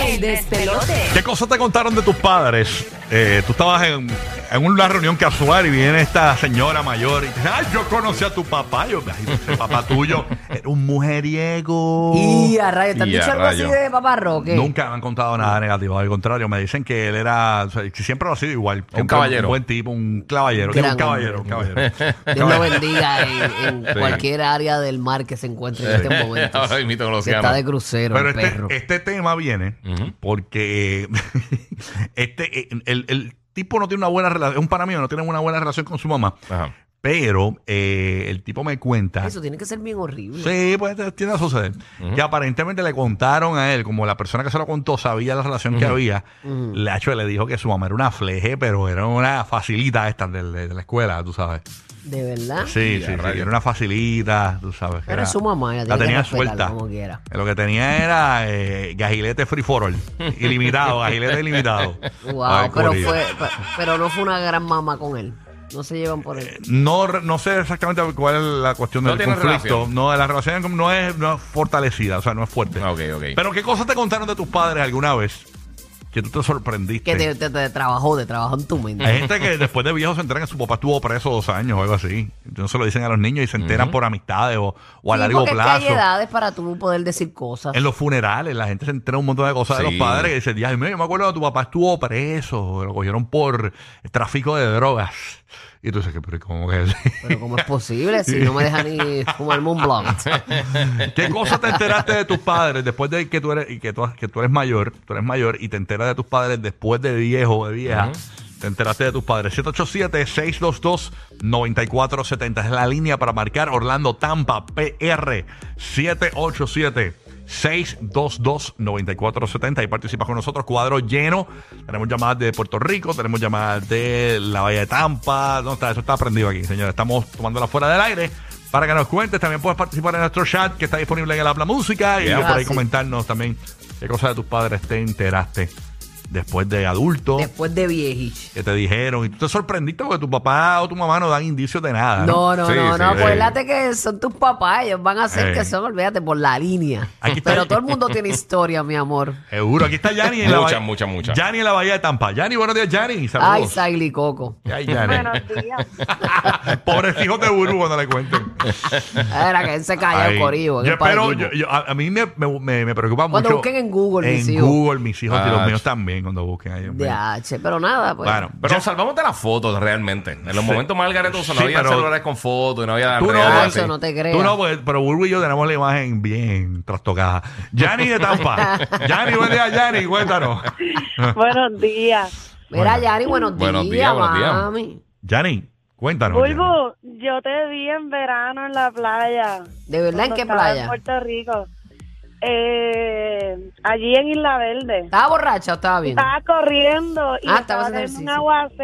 El despelote. ¿Qué cosas te contaron de tus padres? Eh, tú estabas en, en una reunión casual y viene esta señora mayor y te dice, ay, yo conocí a tu papá. Yo, ay, ese papá tuyo era un mujeriego. Y a rayos, ¿te han Y dicho a algo así rayos. de paparro? o qué? Nunca me han contado nada negativo. Al contrario, me dicen que él era, o sea, que siempre lo ha sido igual. Siempre Un caballero. buen tipo, un caballero. Gran Digo, un caballero, un caballero. Dios lo bendiga en, en Sí. cualquier área del mar que se encuentre en este momento. Ahora mismo con los Si está ganos. de crucero, Pero el este, perro. este tema viene porque este, eh, el, el tipo no tiene una buena relación, un pana mío no tiene una buena relación con su mamá. Ajá. Pero eh, el tipo me cuenta. Eso tiene que ser bien horrible. Sí, pues te- tiende a suceder. Que aparentemente le contaron a él, como la persona que se lo contó sabía la relación que había, Lacho le dijo que su mamá era una fleje, pero era una facilita esta de, de- de la escuela, tú sabes. De verdad. Sí, sí, Ya, sí, rayos. era una facilita, tú sabes. que Pero era- es su mamá, ella la tiene que tenía respetarlo suelta. como quiera. Lo que tenía era eh, gajilete free for all, ilimitado, gajilete ilimitado. Ay, Wow, pero, Corillo. fue, pe- pero no fue una gran mamá con él. No se llevan por él. No, re- no sé exactamente cuál es la cuestión No del tiene conflicto. relación. No, la relación no es, no es fortalecida, o sea, no es fuerte. Ah, ok, ok. Pero ¿qué cosas te contaron de tus padres alguna vez que tú te sorprendiste? Que te, te- te trabajó, te trabajó en tu Hay mente. gente que después de viejo se enteran que su papá estuvo preso dos años o algo así. Entonces se lo dicen a los niños y se enteran por amistades o, o a Sí, largo porque es que plazo. hay edades para tú poder decir cosas. En los funerales, la gente se entera un montón de cosas de los Sí. padres que dicen, "Ay, mira, yo me acuerdo que tu papá estuvo preso, lo cogieron por tráfico de drogas. Y tú dices, "¿Qué- pero ¿cómo que es?" Pero ¿cómo es posible si no me deja ni fumarme un blunt? ¿Qué cosa te enteraste de tus padres después de que tú eres y que tú, que tú eres mayor, tú eres mayor y te enteras de tus padres después de viejo o de vieja? Te enteraste de tus padres. 787-622-9470 es la línea para marcar Orlando Tampa PR 787. 622-9470 y participas con nosotros, cuadro lleno. Tenemos llamadas de Puerto Rico, tenemos llamadas de la Bahía de Tampa. No, está, eso está aprendido aquí, señores. Estamos tomándola fuera del aire para que nos cuentes. También puedes participar en nuestro chat que está disponible en el Habla Música y Yeah. por Ah, ahí sí. comentarnos también qué cosas de tus padres te enteraste después de adulto. Después de viejich. que te dijeron y tú te sorprendiste porque tu papá o tu mamá no dan indicios de nada. No, no, Sí, no, sí, no. sí. Acuérdate que son tus papás. Ellos van a hacer Eh. que son, olvídate, por la línea. Aquí está. Pero todo el mundo tiene historia, mi amor. Seguro, aquí está Yanni en la Muchas, Bahía- muchas, muchas. Yanni en la Bahía de Tampa. Yanni, buenos días, Yanni. Saludos. Ay, Saily Coco. Ay, Yanni. Buenos días. Pobres hijos de Burbu cuando le cuenten. Era que él se calla Ay, el corillo. yo que es para espero, el yo- equipo. yo- a, a mí me, me, me- me preocupa Cuando mucho. busquen en Google, mis hijos. En Google, mis hijos y los Ah, míos también, cuando busquen ahí. hombre. Ya, che, pero nada, pues. Bueno, Pero ya- nos salvamos de las fotos realmente. En los Sí. momentos más algaretos Sí, no había pero- celulares con fotos, no había Tú no, redes, Ah, porque- eso no te creas. Tú no, porque- pero Burbu y yo tenemos la imagen bien trastocada. Yanni de Tampa. Yanni, buen día, Yanni, cuéntanos. Buenos días. Mira, Yari, buenos, Buenos días, días, buenos días. mami. Yanni, cuéntanos. Yanni. Bulbu, yo te vi en verano en la playa. ¿De verdad en Cuando qué estaba playa? En Puerto Rico. Eh, allí en Isla Verde. ¿Estaba borracha o estaba bien? Estaba corriendo y Ah, estaba estaba haciendo cayendo un ejercicio.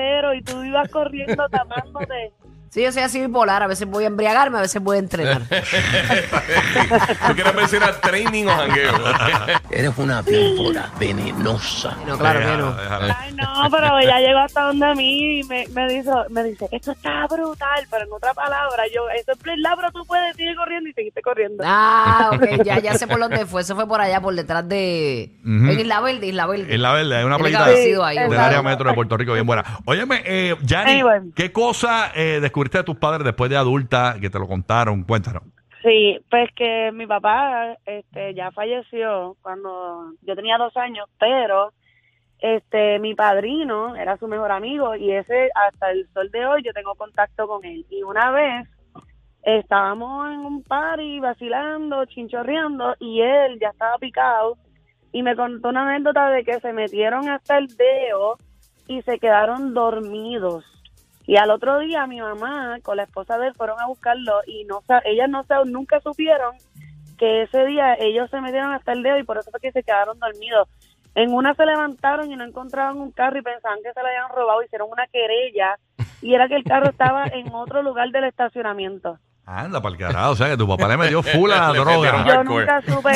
aguacero y tú ibas corriendo tapándote. Sí, yo soy así bipolar. A veces voy a embriagarme, a veces voy a entrenar. Tú quieres mencionar training o jangueo. Eres una víbora venenosa. no, claro que Déjalo, no. déjalo. Ay, no, pero ella llegó hasta donde mí y me, me, dijo, me dice, esto está brutal, pero en otra palabra, yo, esto es verdad, pero tú puedes seguir corriendo y seguiste corriendo. Ah, ok, ya, ya sé por dónde fue. Eso fue por allá, por detrás de. Ujú. En Isla Verde, Isla Verde. Es la verdad, es una Tiene que playita haber sido ahí, del ¿verdad? área metro de Puerto Rico bien buena. Óyeme, eh, Yanni, Anyway. ¿qué cosa eh, descubriste de tus padres después de adulta que te lo contaron? Cuéntanos. Sí, pues que mi papá este, ya falleció cuando yo tenía dos años, pero este, mi padrino era su mejor amigo y ese hasta el sol de hoy yo tengo contacto con él. Y una vez estábamos en un party vacilando, chinchorreando y él ya estaba picado y me contó una anécdota de que se metieron hasta el dedo y se quedaron dormidos. Y al otro día mi mamá con la esposa de él fueron a buscarlo y no sa- ellas no sa- nunca supieron que ese día ellos se metieron hasta el dedo y por eso fue que se quedaron dormidos. En una se levantaron y no encontraban un carro y pensaban que se lo habían robado, hicieron una querella y era que el carro estaba en otro lugar del estacionamiento. Anda, para el carajo. O sea, que tu papá le metió full a la Le droga. metieron Yo Hardcore. nunca supe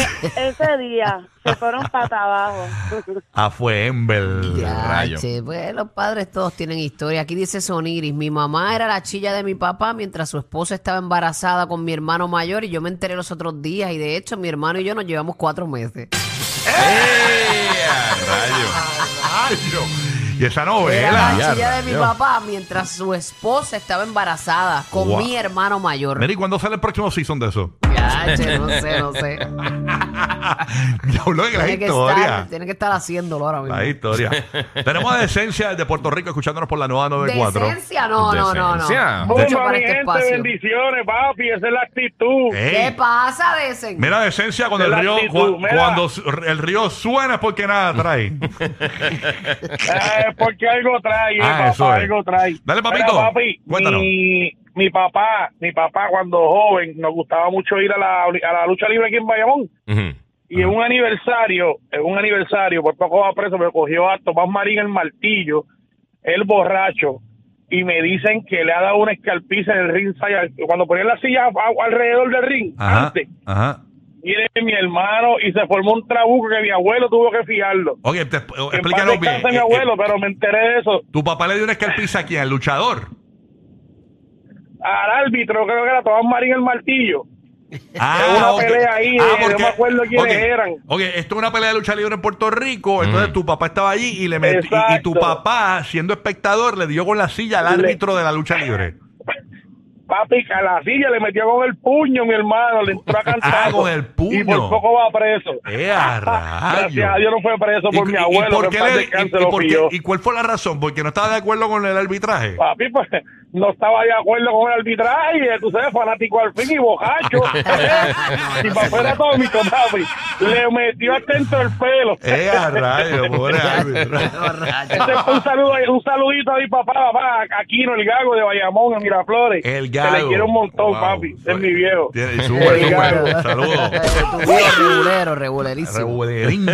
ese día, se fueron pata abajo. Ah, fue Ember. Ya, rayo. che, pues, los padres todos tienen historia. Aquí dice Soniris, mi mamá era la chilla de mi papá mientras su esposa estaba embarazada con mi hermano mayor y yo me enteré los otros días y de hecho mi hermano y yo nos llevamos cuatro meses. ¡Eh! a rayo! Rayo. Y esa novela. Era la chilla de mi Pues Dios. papá mientras su esposa estaba embarazada con Wow. mi hermano mayor. Mira, ¿y cuándo sale el próximo season de eso? Ya, che, no sé, no sé. Ya habló de la Tiene que, historia. estar, tiene que estar haciéndolo ahora mismo. La historia. Tenemos a Decencia desde Puerto Rico escuchándonos por la nueva 94. Decencia, no, no, no, no. Decencia. Mucho Zumba, para mi este gente, espacio. bendiciones, papi, esa es la actitud. ¿Qué Ey, pasa, Decencia? mira, Decencia, cuando el Es la río, actitud, cua- mira. cuando su- el río suena es porque nada trae. Eh, porque algo trae, eh, Ah, papá, eso es. algo trae. Dale, papito, Mira, papi, cuéntanos. Mi, mi papá, mi papá cuando joven nos gustaba mucho ir a la, a la lucha libre aquí en Bayamón. Ujú. Y Ah. en un aniversario, en un aniversario, por poco va preso, me cogió a Tomás Marín el martillo, el borracho, y me dicen que le ha dado una escalpiza en el ring. Cuando ponían la silla a- alrededor del ring, Ajá. antes, Ajá. mire mi hermano, y se formó un trabuco que mi abuelo tuvo que fijarlo. Oye, te- En paz explícanos bien. descanse mi Eh, eh, abuelo, pero me enteré de eso. tu papá le dio una escalpiza aquí al luchador. Al árbitro, creo que era Tomás Marín el Martillo. Es una Ah, ok. pelea ahí, eh, no porque- me acuerdo quiénes ok. eran. Mm. Ok, esto es una pelea de lucha libre en Puerto Rico. Entonces tu papá estaba allí y le metió. Y, y tu Exacto. papá, siendo espectador, le dio con la silla al Le- árbitro de la lucha libre. Papi, a la silla le metió con el puño, mi hermano, le entró a cantar. Ah, con el puño. Y por poco va preso. ¡Eh, a Gracias rayos! a Dios no fue preso por mi ¿Y- y- y abuelo. por que qué en paz le- descanse y- y lo por qué- pilló. ¿Y cuál fue la razón? Porque no estaba de acuerdo con el arbitraje. Papi, pues no estaba de acuerdo con el arbitraje, eh, tú sabes, fanático al fin y bojacho. y papá era atómico, papi. Le metió atento el pelo. ¡Eh, a rayos! Pobre árbitro. Este fue un, saludo, un saludito a mi papá, papá, a Aquino, el gago de Bayamón, en Miraflores. El gago. Se le quiere un montón, Wow. papi. Es mi viejo. Tiene- Súper, El súper. gago. Saludos. Regulero, regularísimo. Rebuderín.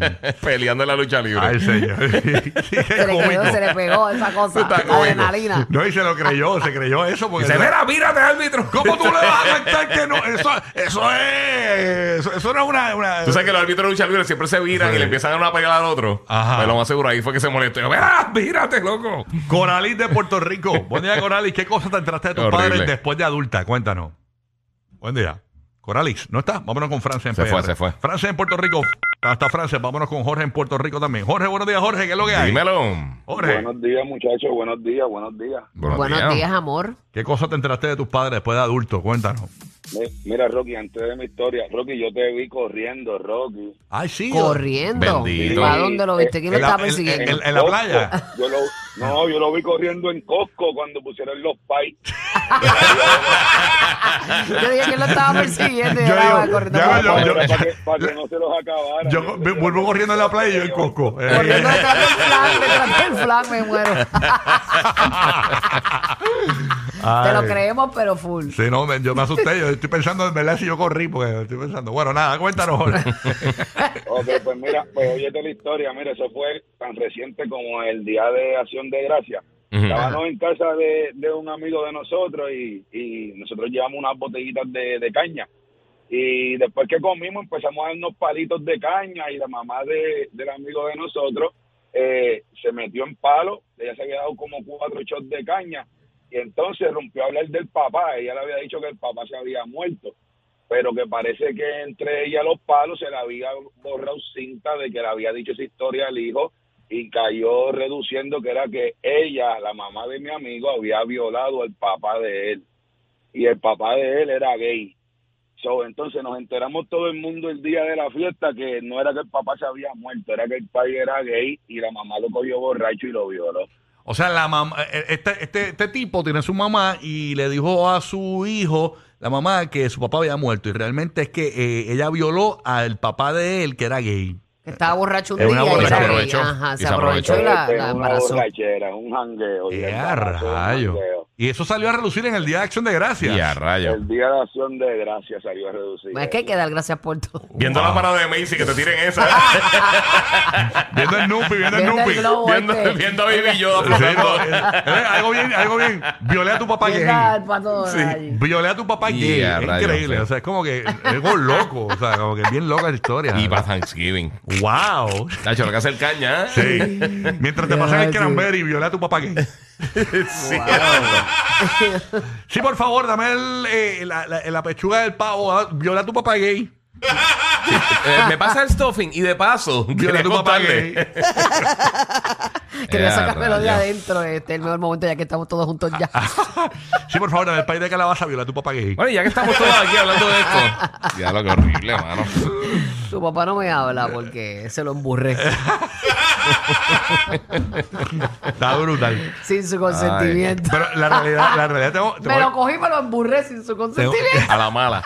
Peleando en la lucha libre. Ay, señor. Se le quedó, se le pegó esa cosa, Está cómico. adrenalina. No, y se lo creyó, se creyó eso. Porque Dice, "Mira, mírate, árbitro. ¿Cómo tú le vas a cantar que no? Eso, eso es. Eso, eso no es una. una- Tú sabes que los árbitros de lucha libre siempre se viran Sí. y le empiezan a dar una pegada al otro. Ajá. Pero lo más seguro ahí fue que se molestó. Y yo, ¡Ah, mírate, loco! Coralis de Puerto Rico. Buen día, Coralis. ¿Qué cosas te enteraste de tus Horrible. padres después de adulta? Cuéntanos. Buen día. Coralis, ¿no está? Vámonos con Francia en Se fue, PR. se fue. Francia en Puerto Rico. Hasta Francia. Vámonos con Jorge en Puerto Rico también. Jorge, buenos días, Jorge. ¿Qué es lo que hay? Dímelo. Jorge, Buenos días, muchachos. Buenos días, buenos días. Buenos días, amor. ¿qué cosas te enteraste de tus padres después de adulto? Cuéntanos. Mi- Mira, Rocky, antes de mi historia, Rocky, yo te vi corriendo, Rocky. Ay, sí. Corriendo. Bendito. ¿Para dónde lo viste? ¿Quién lo En la- estaba en- persiguiendo? en- en la Costco. playa. Yo lo, no, yo lo vi corriendo en Costco cuando pusieron los pais. Yo dije que lo estaba persiguiendo. y Yo yo estaba digo, corriendo ya para para, me lo- atrás. yo- que, pa' que no se los acabara. Yo co- me- vuelvo corriendo en la playa y yo en Coco. Eh, Corriendo detrás del flag, detrás del flag, me muero. Te lo Ay. creemos, pero full. Sí, no, me- yo me asusté. Yo estoy pensando en verdad si yo corrí, porque estoy pensando. Bueno, nada, cuéntanos. Jorge. Ok, pues mira, pues óyete la historia. Mira, eso fue tan reciente como el Día de Acción de Gracia. Ujú. Estábamos en casa de, de un amigo de nosotros y, y nosotros llevamos unas botellitas de, de caña. Y después que comimos empezamos a darnos palitos de caña y la mamá de, del amigo de nosotros eh, se metió en palo. Ella se había dado como cuatro shots de caña y entonces rompió a hablar del papá. Ella le había dicho que el papá se había muerto pero que parece que entre ella los palos se le había borrado cinta de que le había dicho esa historia al hijo y cayó reduciendo que era que ella, la mamá de mi amigo, había violado al papá de él y el papá de él era gay. So, entonces nos enteramos todo el mundo el día de la fiesta que no era que el papá se había muerto, era que el padre era gay y la mamá lo cogió borracho y lo violó. O sea, la mamá, eh, este, este, este tipo tiene su mamá y le dijo a su hijo, la mamá, que su papá había muerto. Y realmente es que eh, ella violó al papá de él, que era gay. Que estaba borracho un Es día. una y borracha. era Se gay. aprovechó. Ajá, Y se se aprovechó y la, Este, la una embarazó. borrachera, un jangueo. y ¡Eh, el a embarazo, un rayo! jangueo. Y eso salió a relucir en el Día de Acción de Gracias. Y a rayos. El día de acción de gracias salió a reducir. Pues Es que hay que dar gracias por todo. Viendo la parada de Macy, que te tiren esa. Viendo el Nupi, viendo el Viendo el Nupi. globo viendo, este. viendo a Baby Yoda Sí, no, flotando. eh, eh, algo bien, algo bien. Violé a tu papá gay. Venga, el pato de allí. Violé a tu papá Y gay. a Es rayos, increíble. sí. O sea, es como que es algo loco. O sea, como que es bien loca la historia. Y para Thanksgiving. Wow. Nacho, lo que hace el caña. ¿eh? Sí. Mientras te pasan el cranberry y viola a tu papá gay. Sí. Sí, por favor, dame el, eh, la, la- la pechuga del pavo. ah, Viola a tu papá gay. Eh, me pasa el stuffing y de paso, Viola quería a tu papá contarle. gay. Quería Eh, sacármelo de rayos. adentro. Este es el mejor momento ya que estamos todos juntos ya. Sí, por favor, dame el país de calabaza. Viola a tu papá gay. Bueno, ya que estamos todos aquí hablando de esto. Ya lo que horrible, mano. Tu papá no me habla Eh. porque se lo emburré Está brutal. sin su consentimiento. Pero la realidad, la realidad tengo, Me tengo- lo cogí y me lo emburré sin su consentimiento. A la mala.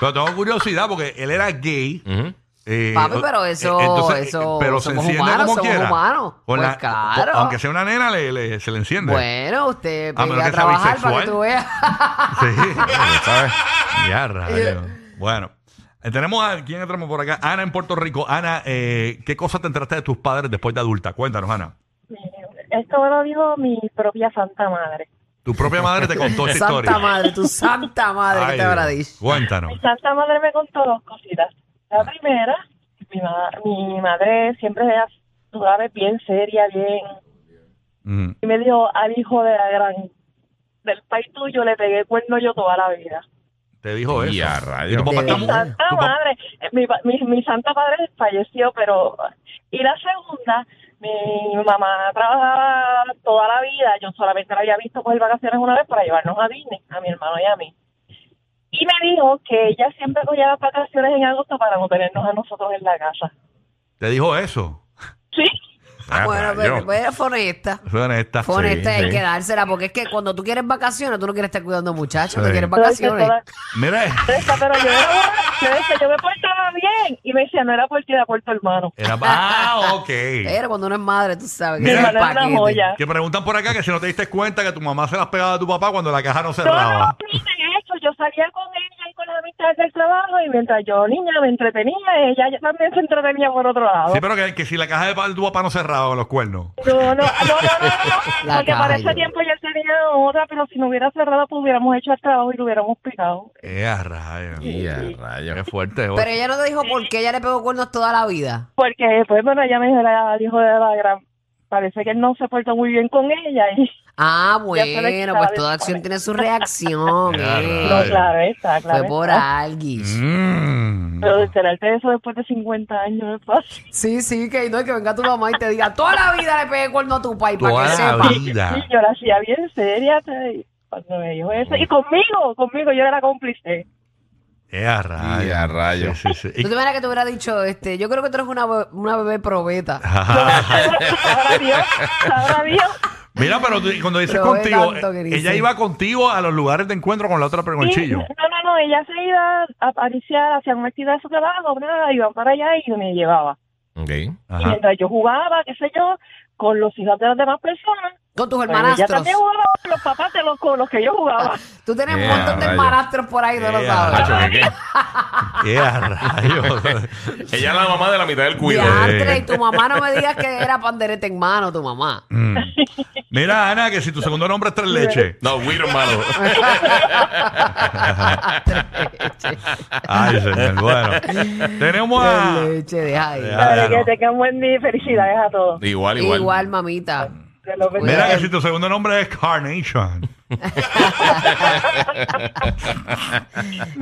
pero tengo curiosidad porque él era gay. Ujú. Eh, Papi, o- pero eh, eso- eso- somos enciende humanos, somos humanos. Con Pues la- claro. con- aunque sea una nena, le, le- se le enciende. Bueno, usted A menos pide a Ah, que sea trabajar para bisexual. que tú veas. Sí. ¿Sabes? Ya, rayo. Bueno. eh, Tenemos a quién entramos por acá. Ana en Puerto Rico. Ana, eh, ¿qué cosas te enteraste de tus padres después de adulta? Cuéntanos, Ana. Esto me lo dijo mi propia santa madre. Tu propia madre te contó esta historia. Santa madre, tu santa madre que Ay, te habrá Dios. dicho. Cuéntanos. Mi santa madre me contó dos cositas. La primera, mi, ma- mi madre siempre era, tú sabes, bien seria, bien. Mm. Y me dijo, al hijo de la gran, del país tuyo le pegué cuerno yo toda la vida. Te dijo eso. Y a rayos. Y tu papá De está mu- verdad. Santa tu pa- madre, eh, mi, pa- mi, mi santa padre falleció, pero... Y la segunda, mi mamá trabajaba toda la vida, yo solamente la había visto coger vacaciones una vez para llevarnos a Disney, a mi hermano y a mí. Y me dijo que ella siempre cogía las vacaciones en agosto para no tenernos a nosotros en la casa. Te dijo eso. Sí, Ah, Bueno, pero, rayo. pero fue honesta. Fue honesta. Fue honesta, sí. hay que dársela porque es que cuando tú quieres vacaciones, tú no quieres estar cuidando muchachos, Sí. tú quieres pero es que vacaciones. toda- Mira, esa, pero yo era borracha, yo decía, yo me portaba bien. Y me decía, no era por ti, era por tu hermano. era Ah, ok. Pero cuando uno es madre, tú sabes que Mi Mira, es un hermano era paquete. una joya. Que preguntan por acá que si no te diste cuenta que tu mamá se las pegaba a tu papá cuando la caja no No, no, cerraba. sí, de hecho, yo salía con ella y con las amistades del trabajo y mientras yo niña me entretenía, ella ya también se entretenía por otro lado. Sí, pero que, que si la caja de pa- de tu papá no cerraba con los cuernos. No, no, no, no, no, no La porque para calle. ese tiempo ya tenía otra, pero si no hubiera cerrado, pues hubiéramos hecho el trabajo y lo hubiéramos pegado. Eh, a rayos. Y a rayos. Qué fuerte. Pero ella no te dijo por qué ella le pegó cuernos toda la vida. Porque después, bueno, ella me dijo, "Era el hijo de la gran, parece que él no se portó muy bien con ella. Y, Ah, Ya se le bueno, quitaba pues el toda acción tiene su reacción. Ya, eh. no, Ay. claro, está, claro. Fue por está. alguien. Mm. Pero enterarte de eso después de 50 años pues, no es fácil. Sí, sí, que no es que venga tu mamá y te diga, toda la vida le pegué cuerno a tu pai para que Toda sepa. la Sí, vida. yo la hacía bien seria te- cuando me dijo eso. Y conmigo, conmigo, yo era la cómplice. Eh, a Y a rayos. rayos. Sí, sí, sí. ¿Tú te Y- imaginas que te hubiera dicho, este, yo creo que tú eres una, be- una bebé probeta? Ahora Dios, ahora Dios. Mira, pero tú- cuando dices Pero ve contigo, tanto que eh, dice. ella iba contigo a los lugares de encuentro con la otra pero con el Sí, chillo. No, no, no, ella se iba a Pariciar, hacía una actividad de su trabajo, nada, iban para allá y me llevaba. Ok. Y Ajá. mientras yo jugaba, qué sé yo, con los hijos de las demás personas, Con tus pues, ella hermanastros. también jugaba con los papás de los, con los que yo jugaba. Tú tienes Yeah, un montón de rayos. hermanastros por ahí, no lo Yeah, sabes. Nacho, ¿qué, Eh, a rayos. qué? Ella es la mamá de la mitad del cuido. Diantre, y tu mamá no me digas que era pandereta en mano, tu mamá. Mm. Mira, Ana, que si tu segundo nombre es tres leche. No, Weird malo. Ay, señor. Bueno, tenemos a. Qué leche, deja ahí. Ya, Ah, ya Para que no. tengan buen día y felicidades a todos. Igual, igual. Igual, mamita. Que los bendiga. Mira, Cuidado. que si tu segundo nombre es Carnation.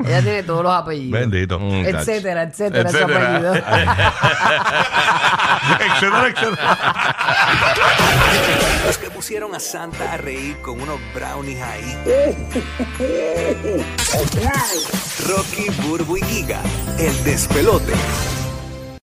Ella tiene todos los apellidos. Bendito. Mm, chacho. Etcétera, etcétera, su Etcétera. apellido. É etcétera, etcétera. Los que pusieron a Santa a reír con unos brownies ahí. Rocky, Burbu y Giga, el despelote.